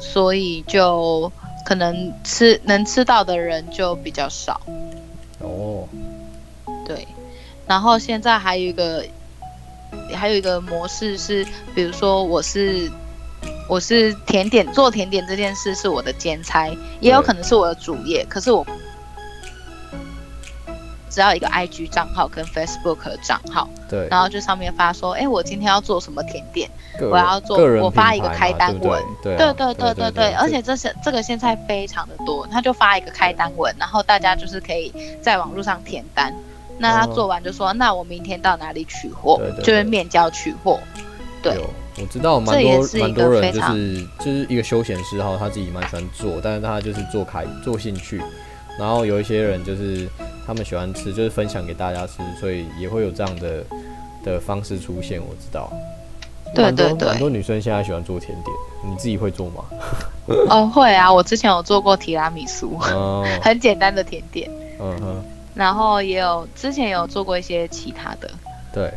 Speaker 1: 所以就可能吃能吃到的人就比较少。
Speaker 2: 哦，
Speaker 1: 对，然后现在还有一个，还有一个模式是，比如说我是我是甜点做甜点这件事是我的兼差，也有
Speaker 2: 对
Speaker 1: 可能是我的主业，可是我只要一个 IG 账号跟 Facebook 的账号，
Speaker 2: 对，
Speaker 1: 然后就上面发说，哎，我今天要做什么甜点，
Speaker 2: 个
Speaker 1: 我要做
Speaker 2: 个人
Speaker 1: 我
Speaker 2: 品
Speaker 1: 发一个
Speaker 2: 牌嘛
Speaker 1: 开单
Speaker 2: 对不对
Speaker 1: 文
Speaker 2: 对
Speaker 1: 对
Speaker 2: 啊
Speaker 1: 对对
Speaker 2: 对
Speaker 1: 对对，
Speaker 2: 对，
Speaker 1: 而且这是这个现在非常的多，他就发一个开单文，然后大家就是可以在网络上填单。那他
Speaker 2: 哦
Speaker 1: 做完就说，那我明天到哪里取货
Speaker 2: 对对，对
Speaker 1: 就是面交取
Speaker 2: (laughs)
Speaker 1: 货。对
Speaker 2: 有，我知道
Speaker 1: 这
Speaker 2: 蛮
Speaker 1: 也
Speaker 2: 多
Speaker 1: 是一
Speaker 2: 蛮
Speaker 1: 个
Speaker 2: 多
Speaker 1: 非
Speaker 2: 人就
Speaker 1: 常
Speaker 2: 是就是一个休闲嗜好，他自己蛮喜欢做，但是他就是做开做兴趣，然后有一些人就是他们喜欢吃，就是分享给大家吃，所以也会有这样的的方式出现。我知道，
Speaker 1: 对
Speaker 2: 蛮多
Speaker 1: 对对
Speaker 2: 蛮多女生现在喜欢做甜点，你自己会做吗？
Speaker 1: 哦，会啊，我之前有做过提拉米苏，
Speaker 2: 哦，
Speaker 1: 很简单的甜点，
Speaker 2: 嗯哼，
Speaker 1: 然后也有之前有做过一些其他的，
Speaker 2: 对，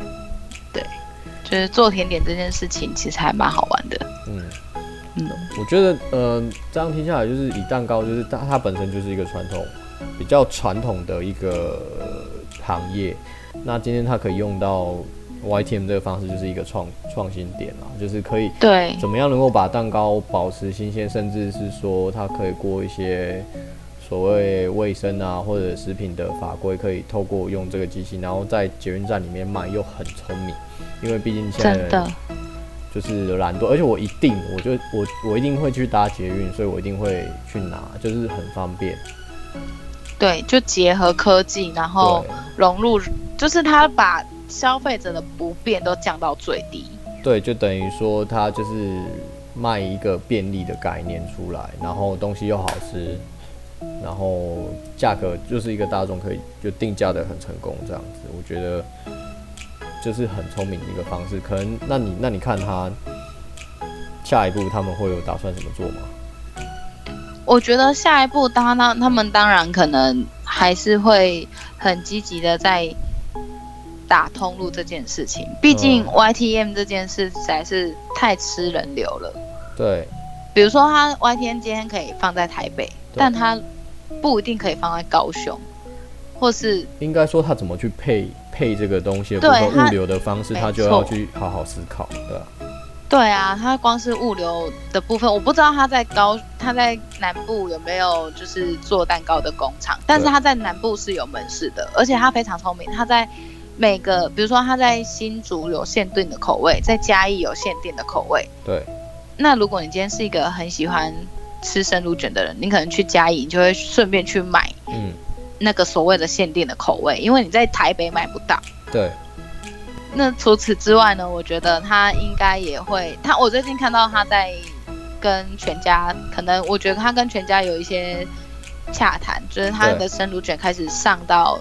Speaker 1: 就是做甜点这件事情其实还蛮好玩的。
Speaker 2: 嗯。
Speaker 1: 嗯，
Speaker 2: 我觉得，呃，这样听下来，就是以蛋糕，就是它它本身就是一个传统，比较传统的一个呃行业。那今天它可以用到 YTM 这个方式，就是一个创创新点啊，就是可以
Speaker 1: 对，
Speaker 2: 怎么样能够把蛋糕保持新鲜，甚至是说它可以过一些所谓卫生啊或者食品的法规，可以透过用这个机器，然后在捷运站里面卖，又很聪明，因为毕竟现在
Speaker 1: 真的
Speaker 2: 人就是懒惰，而且我一定，我就我我一定会去搭捷运，所以我一定会去拿，就是很方便。
Speaker 1: 对，就结合科技，然后融入，就是他把消费者的不便都降到最低。
Speaker 2: 对对，就等于说它就是卖一个便利的概念出来，然后东西又好吃，然后价格就是一个大众可以就定价的很成功这样子，我觉得就是很聪明的一个方式。可能那你那你看他下一步他们会有打算怎么做吗？
Speaker 1: 我觉得下一步，当然他们当然可能还是会很积极的在打通路这件事情，毕竟
Speaker 2: 嗯
Speaker 1: YTM 这件事实在是太吃人流了。
Speaker 2: 对
Speaker 1: 比如说，他 YTM 今天可以放在台北，但他不一定可以放在高雄，或是
Speaker 2: 应该说他怎么去配配这个东西的部
Speaker 1: 对
Speaker 2: 分
Speaker 1: 他
Speaker 2: 物流的方式，
Speaker 1: 没
Speaker 2: 他就
Speaker 1: 错
Speaker 2: 要去好好思考，对吧、
Speaker 1: 对啊，它光是物流的部分，我不知道它在高，它在南部有没有就是做蛋糕的工厂，但是它在南部是有门市的，而且它非常聪明，它在每个，比如说它在新竹有限定的口味，在嘉义有限定的口味。
Speaker 2: 对，
Speaker 1: 那如果你今天是一个很喜欢吃生乳卷的人，你可能去嘉义，你就会顺便去买
Speaker 2: 嗯，
Speaker 1: 那个所谓的限定的口味，因为你在台北买不到。
Speaker 2: 对，
Speaker 1: 那除此之外呢，我觉得他应该也会，他我最近看到他在跟全家，可能我觉得他跟全家有一些洽谈，就是他
Speaker 2: 对
Speaker 1: 的生乳卷开始上到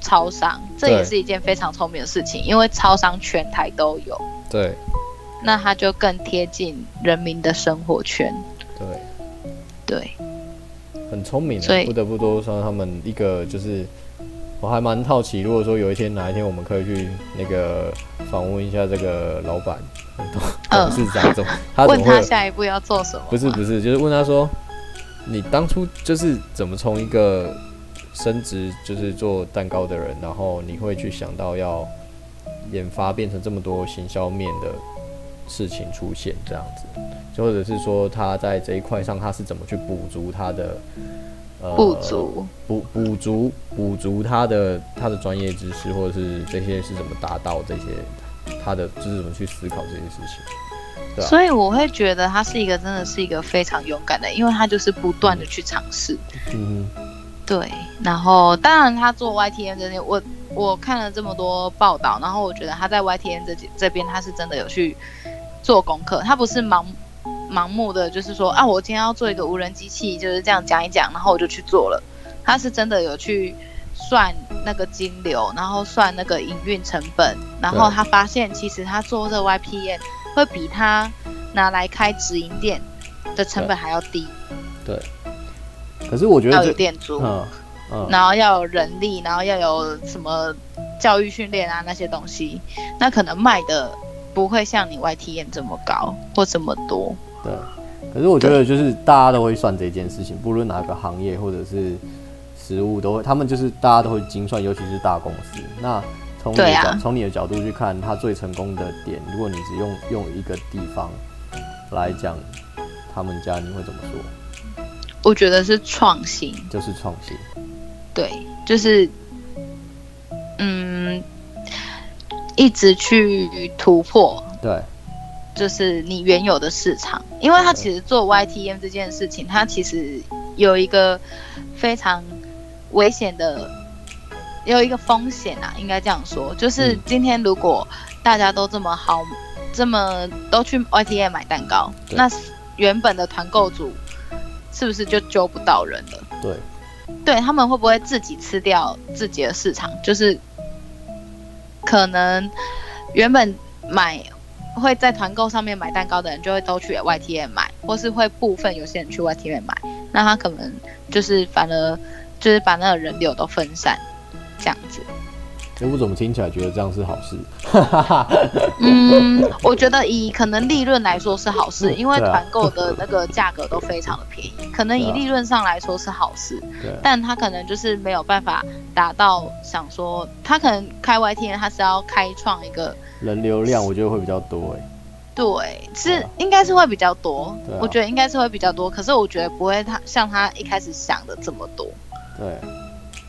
Speaker 1: 超商，这
Speaker 2: 对
Speaker 1: 也是一件非常聪明的事情，因为超商全台都有，
Speaker 2: 对，
Speaker 1: 那他就更贴近人民的生活圈，
Speaker 2: 对，
Speaker 1: 对。
Speaker 2: 很聪明
Speaker 1: 所
Speaker 2: 的，
Speaker 1: 以
Speaker 2: 不得不多说他们一个就是，我还蛮好奇，如果说有一天哪一天我们可以去那个访问一下这个老板、董
Speaker 1: 嗯
Speaker 2: 董事
Speaker 1: (laughs)
Speaker 2: 长，怎么他怎
Speaker 1: 问
Speaker 2: 么
Speaker 1: 他
Speaker 2: 会
Speaker 1: 下一步要做什么吗？
Speaker 2: 不是不是，就是问他说，你当初就是怎么从一个升职就是做蛋糕的人，然后你会去想到要研发变成这么多行销面的事情出现这样子，就或者是说他在这一块上他是怎么去补足他的呃
Speaker 1: 不足，
Speaker 2: 补补足补足他的他的专业知识，或者是这些是怎么达到这些他的就是怎么去思考这些事情，对啊
Speaker 1: 所以我会觉得他是一个真的是一个非常勇敢的，因为他就是不断的去尝试。
Speaker 2: 嗯
Speaker 1: 对，然后当然他做 YTN 这些，我我看了这么多报道，然后我觉得他在 YTN 这这边他是真的有去做功课，他不是盲盲目的，就是说啊，我今天要做一个无人机器，就是这样讲一讲，然后我就去做了。他是真的有去算那个金流，然后算那个营运成本，然后
Speaker 2: 对
Speaker 1: 他发现其实他做这 YPN 会比他拿来开直营店的成本还要低，
Speaker 2: 哼，可是我觉
Speaker 1: 要
Speaker 2: 得
Speaker 1: 有
Speaker 2: 这
Speaker 1: 店租。
Speaker 2: 嗯嗯。
Speaker 1: 然后要有人力，然后要有什么教育训练啊那些东西，那可能卖的不会像你 YTN 这么高或这么多。
Speaker 2: 对，可是我觉得就是大家都会算这件事情，不论哪个行业或者是食物都会，他们就是大家都会精算，尤其是大公司。那从你的
Speaker 1: 对啊
Speaker 2: 角从、你的角度去看，它最成功的点，如果你只用用一个地方来讲，他们家你会怎么说？
Speaker 1: 我觉得是创新，
Speaker 2: 就是创新。
Speaker 1: 对，就是嗯，一直去突破，
Speaker 2: 对
Speaker 1: 就是你原有的市场，因
Speaker 2: 嗯
Speaker 1: 为它其实做 YTM 这件事情，它其实有一个非常危险的，有一个风险啊，应该这样说，就是
Speaker 2: 嗯
Speaker 1: 今天如果大家都这么好，这么都去 YTM 买蛋糕，
Speaker 2: 对
Speaker 1: 那原本的团购组是不是就揪不到人了？
Speaker 2: 对
Speaker 1: 对他们会不会自己吃掉自己的市场？就是可能原本买会在团购上面买蛋糕的人，就会都去 YTM 买，或是会部分有些人去 YTM 买，那他可能就是反而就是把那个人流都分散这样子。
Speaker 2: 哎、我怎么听起来觉得这样是好事？ (laughs)
Speaker 1: 嗯，我觉得以可能利润来说是好事，因为
Speaker 2: 对啊
Speaker 1: 团购的那个价格都非常的便宜，可能
Speaker 2: 对
Speaker 1: 以
Speaker 2: 啊
Speaker 1: 利润上来说是好事。
Speaker 2: 对啊，
Speaker 1: 但他可能就是没有办法达到想说，他可能开 YTN 他是要开创一个
Speaker 2: 人流量我觉得会比较多哎、
Speaker 1: 对，
Speaker 2: 对
Speaker 1: 是
Speaker 2: 啊
Speaker 1: 应该是会比较多
Speaker 2: 对啊，
Speaker 1: 我觉得应该是会比较多，可是我觉得不会他像他一开始想的这么多，
Speaker 2: 对，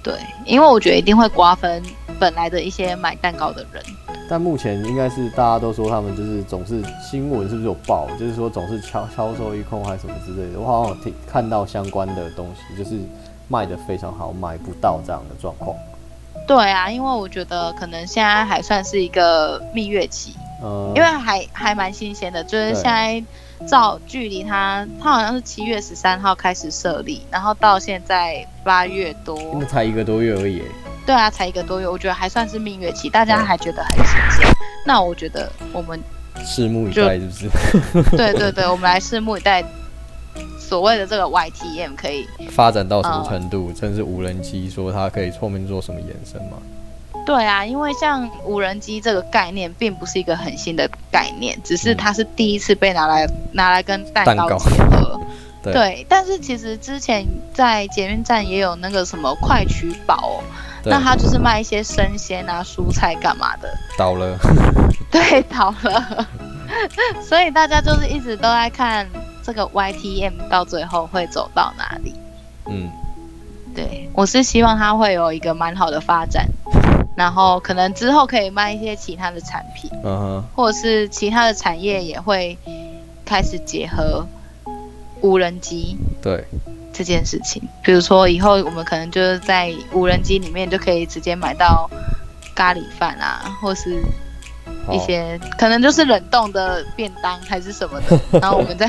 Speaker 1: 对，因为我觉得一定会瓜分本来的一些买蛋糕的人，
Speaker 2: 但目前应该是大家都说他们就是总是新闻是不是有报，就是说总是销销售一空还是什么之类的。我好像有听看到相关的东西，就是卖的非常好，买不到这样的状况。
Speaker 1: 对啊，因为我觉得可能现在还算是一个蜜月期，
Speaker 2: 呃，
Speaker 1: 因为还还蛮新鲜的，就是
Speaker 2: 对
Speaker 1: 现在照距离它，它好像是七月十三号开始设立，然后到现在八月多，
Speaker 2: 那才一个多月而已。
Speaker 1: 对啊，才一个多月，我觉得还算是蜜月期，大家
Speaker 2: 对
Speaker 1: 还觉得很新鲜。那我觉得我们
Speaker 2: 拭目以
Speaker 1: 就
Speaker 2: 待，是不是？
Speaker 1: 对对对，我们来拭目以待，所谓的这个 YTM 可以，
Speaker 2: 发展到什么
Speaker 1: 哦
Speaker 2: 程度？甚至无人机说它可以后面做什么延伸嘛？
Speaker 1: 对啊，因为像无人机这个概念并不是一个很新的概念，只是
Speaker 2: 嗯
Speaker 1: 它是第一次被拿来拿来跟蛋
Speaker 2: 蛋糕
Speaker 1: 糕结合。
Speaker 2: (laughs) 对
Speaker 1: 对，但是其实之前在捷运站也有那个什么快取宝哦、
Speaker 2: 对
Speaker 1: 那，它就是卖一些生鲜啊、蔬菜干嘛的。
Speaker 2: 倒了。
Speaker 1: 对，倒了。 (laughs) 所以大家就是一直都在看这个 YTM 到最后会走到哪里。
Speaker 2: 嗯，
Speaker 1: 对我是希望它会有一个蛮好的发展，然后可能之后可以卖一些其他的产品，
Speaker 2: 嗯哼，
Speaker 1: 或者是其他的产业也会开始结合无人机
Speaker 2: 对，
Speaker 1: 这件事情。比如说以后我们可能就是在无人机里面就可以直接买到咖喱饭啊，或是
Speaker 2: 好
Speaker 1: 一些可能就是冷冻的便当还是什么的，然后我们再，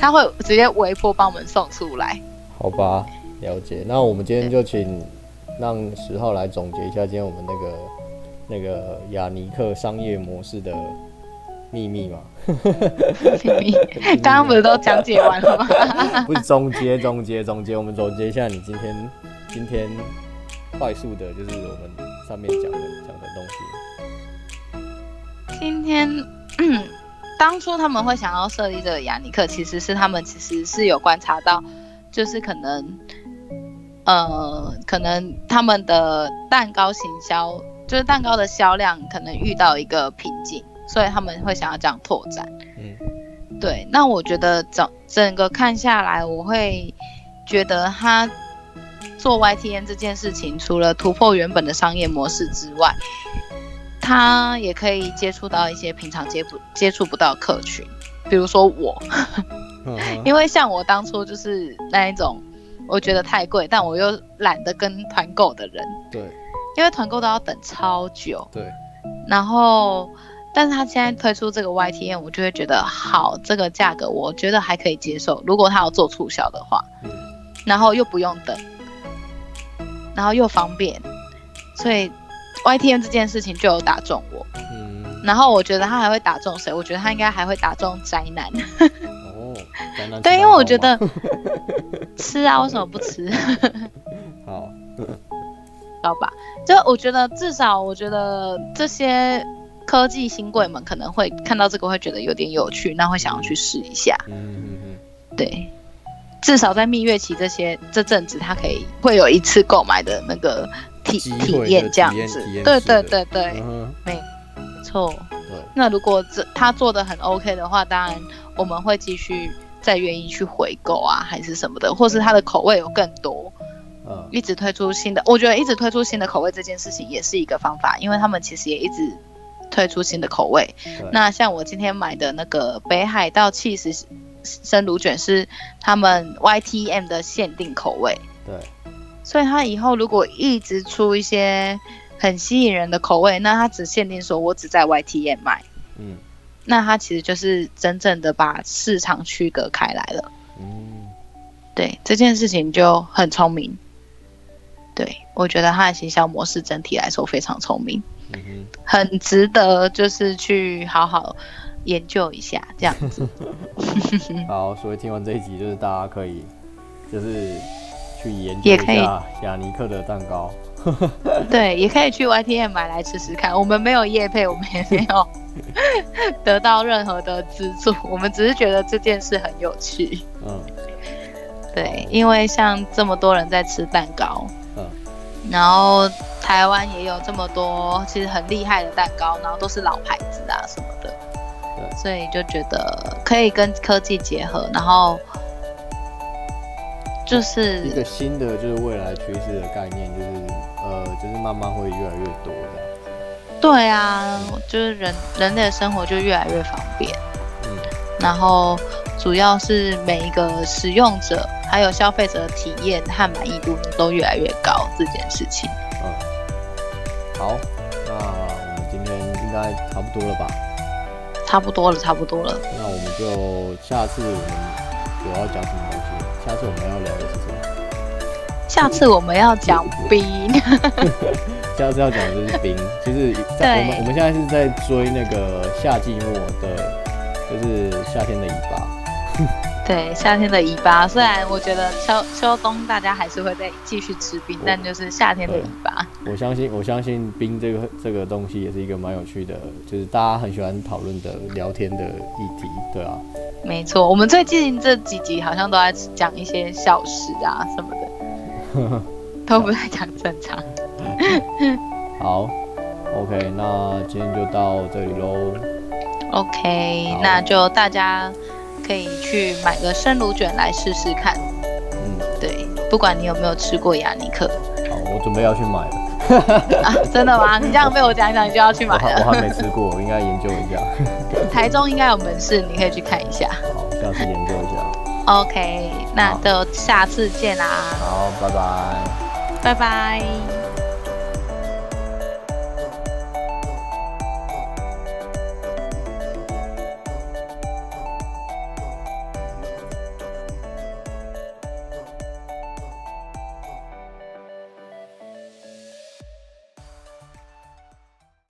Speaker 1: 他会直接微波帮我们送出来。
Speaker 2: 好吧，了解。那我们今天就请让十号来总结一下今天我们那个那个雅尼克商业模式的秘密嘛，
Speaker 1: 刚刚不是都讲解完了吗？
Speaker 2: 不是总结总结总结，我们总结一下你今天今天快速的，就是我们上面讲的讲的东西。
Speaker 1: 今天，嗯，当初他们会想要设立这个雅尼克，其实是他们其实是有观察到，就是可能，呃，可能他们的蛋糕行销，就是蛋糕的销量可能遇到一个瓶颈，所以他们会想要这样拓展。
Speaker 2: 嗯
Speaker 1: 对，那我觉得整整个看下来，我会觉得他做 YTN 这件事情，除了突破原本的商业模式之外，他也可以接触到一些平常接不接触不到的客群，比如说我，
Speaker 2: 嗯哼
Speaker 1: 因为像我当初就是那一种，我觉得太贵，但我又懒得跟团购的人，
Speaker 2: 对
Speaker 1: 因为团购都要等超久，
Speaker 2: 对，
Speaker 1: 然后，但是他现在推出这个 YTN，我就会觉得好，这个价格我觉得还可以接受。如果他有做促销的话，
Speaker 2: 嗯
Speaker 1: 然后又不用等，然后又方便，所以 YTN 这件事情就有打中我。
Speaker 2: 嗯，
Speaker 1: 然后我觉得他还会打中谁？我觉得他应该还会打中宅男。
Speaker 2: 哦，宅男
Speaker 1: 对，
Speaker 2: 吃
Speaker 1: 因为我
Speaker 2: 蛋
Speaker 1: 觉
Speaker 2: 糕吗
Speaker 1: 得吃啊，为什么不吃？ (laughs)
Speaker 2: 好，
Speaker 1: 道吧？就我觉得至少我觉得这些科技新贵们可能会看到这个会觉得有点有趣，那会想要去试一下。
Speaker 2: 嗯嗯嗯，
Speaker 1: 对，至少在蜜月期这些这阵子，他可以会有一次购买的那个体
Speaker 2: 机
Speaker 1: 体
Speaker 2: 会
Speaker 1: 验
Speaker 2: 的
Speaker 1: 这样
Speaker 2: 体验
Speaker 1: 子
Speaker 2: 体验。
Speaker 1: 对
Speaker 2: 式
Speaker 1: 对
Speaker 2: 的
Speaker 1: 对对，
Speaker 2: 嗯哼
Speaker 1: 没错。
Speaker 2: 对。
Speaker 1: 那如果这他做的很 OK 的话，当然我们会继续再愿意去回购啊，还是什么的，或是他的口味有更多。
Speaker 2: 嗯
Speaker 1: 一直推出新的，我觉得一直推出新的口味这件事情也是一个方法，因为他们其实也一直推出新的口味
Speaker 2: 对。
Speaker 1: 那像我今天买的那个北海道气食生乳卷是他们 YTM 的限定口味，
Speaker 2: 对，
Speaker 1: 所以他以后如果一直出一些很吸引人的口味，那他只限定说我只在 YTM 卖，
Speaker 2: 嗯
Speaker 1: 那他其实就是真正的把市场区隔开来了。
Speaker 2: 嗯，
Speaker 1: 对这件事情就很聪明。对我觉得他的行销模式整体来说非常聪明，
Speaker 2: 嗯哼。
Speaker 1: 很值得就是去好好研究一下这样子。
Speaker 2: 好，所以听完这一集，就是大家可以就是去研究
Speaker 1: 也
Speaker 2: 一
Speaker 1: 可以
Speaker 2: 下雅尼克的蛋糕。
Speaker 1: 对，也可以去 YTM 买来吃吃看。我们没有业配，我们也没有 (laughs) 得到任何的资助，我们只是觉得这件事很有趣。
Speaker 2: 嗯，
Speaker 1: 对，因为像这么多人在吃蛋糕，
Speaker 2: 嗯
Speaker 1: 然后台湾也有这么多其实很厉害的蛋糕，然后都是老牌子啊什么的，
Speaker 2: 对
Speaker 1: 所以就觉得可以跟科技结合，然后就
Speaker 2: 一个
Speaker 1: 是
Speaker 2: 新的就是未来趋势的概念，就是呃，就是慢慢会越来越多这样。
Speaker 1: 对啊，就是人人类的生活就越来越方便，
Speaker 2: 嗯
Speaker 1: 然后主要是每一个使用者还有消费者的体验和满意度都越来越高这件事情。
Speaker 2: 嗯，好，那我们今天应该差不多了吧？
Speaker 1: 差不多了，差不多了。
Speaker 2: 那我们就下次我们有要讲什么东西？下次我们要聊的是什么？
Speaker 1: 下次我们要讲冰，
Speaker 2: 下次要讲的就
Speaker 1: (laughs)
Speaker 2: 是冰，就是在
Speaker 1: 对
Speaker 2: 我们我们现在是在追那个夏季末的，就是夏天的尾巴。
Speaker 1: (laughs) 对夏天的尾巴。虽然我觉得秋秋冬大家还是会再继续吃冰
Speaker 2: 我，
Speaker 1: 但就是夏天的尾巴。
Speaker 2: 我相信，我相信冰这个这个东西也是一个蛮有趣的，就是大家很喜欢讨论的聊天的议题，对啊，
Speaker 1: 没错，我们最近这几集好像都在讲一些小事啊什么的，都不在讲正常。
Speaker 2: 好，OK，那今天就到这里喽，
Speaker 1: OK，
Speaker 2: 好
Speaker 1: 那就大家可以去买个生乳卷来试试看。
Speaker 2: 嗯，
Speaker 1: 对，不管你有没有吃过雅尼克
Speaker 2: 好，我准备要去买了，
Speaker 1: 啊，真的吗？你这样被我讲一讲，你就要去
Speaker 2: 我
Speaker 1: 买
Speaker 2: 还我
Speaker 1: 了。
Speaker 2: 还没吃过，我应该研究一下。
Speaker 1: 台中应该有门市，你可以去看一下。
Speaker 2: 好，下次研究一下。
Speaker 1: OK，那
Speaker 2: 好
Speaker 1: 就下次见啦，
Speaker 2: 好，拜拜。
Speaker 1: 拜拜。